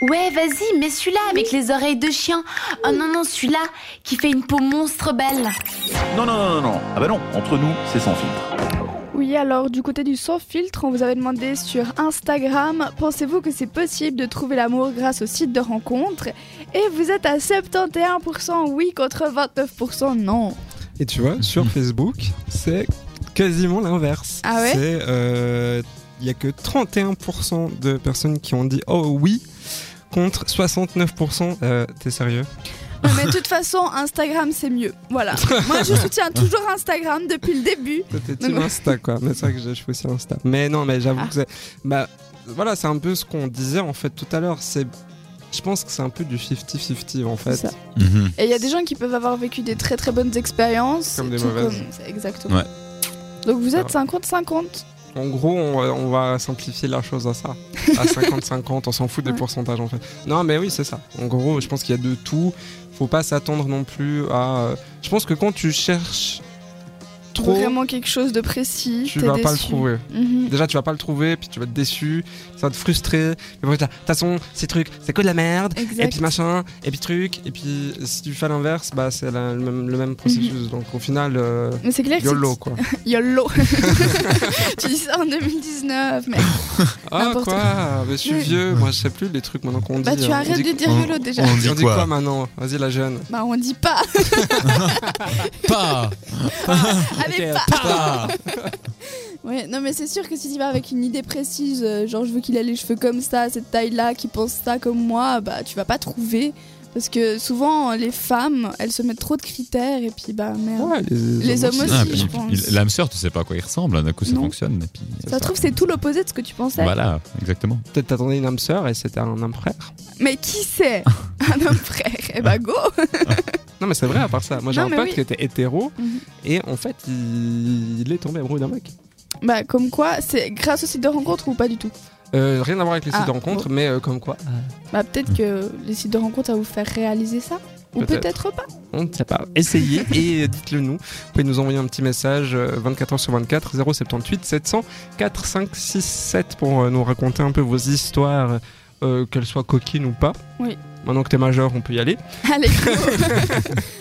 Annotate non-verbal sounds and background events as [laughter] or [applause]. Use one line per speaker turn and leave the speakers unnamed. Ouais, vas-y, mets celui-là avec les oreilles de chien. Oh non, non, celui-là qui fait une peau monstre belle.
Non, non, non, non, non. Ah bah non, entre nous, c'est sans filtre.
Oui, alors du côté du sans filtre, on vous avait demandé sur Instagram, pensez-vous que c'est possible de trouver l'amour grâce au site de rencontre Et vous êtes à 71% oui contre 29% non.
Et tu vois, sur Facebook, c'est quasiment l'inverse.
Ah ouais
C'est, euh, Il n'y a que 31% de personnes qui ont dit oh oui contre 69%. Euh, T'es sérieux
Non, Mais de toute façon, Instagram c'est mieux. Voilà. Moi je soutiens toujours Instagram depuis le début.
C'était
Non,
Team
non.
Insta quoi. Mais c'est vrai que je suis aussi Insta. Mais non, mais j'avoue
Ah.
que c'est. Bah voilà, c'est un peu ce qu'on disait en fait tout à l'heure. C'est. Je pense que c'est un peu du 50-50 en fait.
C'est ça. Et il y a des gens qui peuvent avoir vécu des très très bonnes expériences.
Comme des
tout
mauvaises.
c'est- Exactement.
Ouais.
Donc vous êtes 50-50.
En gros, on, va- on va simplifier la chose à ça.
[laughs]
À 50-50, on s'en fout des
Ouais.
pourcentages en fait. Non, mais oui, c'est ça. En gros, je pense qu'il y a de tout. Faut pas s'attendre non plus à. euh, Je pense que quand tu cherches trop,
Vraiment quelque chose de précis.
tu
t'es
vas pas le
déçu.
trouver.
Mhm.
Déjà, tu vas pas le trouver, puis tu vas être déçu, ça va te frustrer. Mais bon, de toute façon, ces trucs, c'est que de la merde.
Exact.
Et puis machin, et puis truc, et puis si tu fais l'inverse, bah c'est la- le même, le même
Mhm.
processus. Donc au final, euh,
Mais c'est clair que c'est-
YOLO quoi.
YOLO. [laughs] tu dis ça en 2019, mais
Ah
N'importe
quoi Mais je suis
Mais-
vieux, moi je sais plus les trucs maintenant qu'on dit.
bah tu
euh, on
arrêtes
dit-
de dire
on-
YOLO déjà.
on
On
dit
dit
quoi
quoi maintenant hein? Vas-y la jeune.
Bah on dit pas,
Pas
allez
[laughs] Ok,
pas.
Pas
Ouais, non mais c'est sûr que si tu vas avec une idée précise, euh, genre je veux qu'il ait les cheveux comme ça, cette taille-là, qu'il pense ça comme moi, bah tu vas pas trouver. Parce que souvent les femmes, elles se mettent trop de critères et puis bah merde.
Ouais,
Les hommes aussi,
Ah, puis,
je
puis,
pense.
L'âme sœur, tu sais pas à quoi il ressemble, d'un coup ça
Non.
fonctionne. Et puis,
ça se trouve c'est tout l'opposé de ce que tu pensais.
voilà, exactement.
Peut-être t'attendais une âme sœur et c'était un âme frère.
Mais qui c'est [laughs] Un homme frère Eh bah go
Non mais c'est vrai à part ça. Moi j'ai
Non,
un
mais
pote
oui.
qui était hétéro
Mhm.
et en fait il, il est tombé amoureux d'un mec.
Bah comme quoi, c'est grâce au site de rencontre ou pas du tout
Euh, rien à voir avec les sites
Ah,
de rencontre, mais euh, comme quoi,
Bah peut-être que les sites de rencontre ça va vous faire réaliser ça Ou
Peut-être.
peut-être pas [laughs]
on ne sait pas. Essayez et [laughs] euh, dites-le nous. Vous pouvez nous envoyer un petit message euh, 24h sur 24 078 700 4567 pour euh, nous raconter un peu vos histoires, euh, qu'elles soient coquines ou pas.
Oui.
Maintenant que t'es majeur, on peut y aller.
Allez go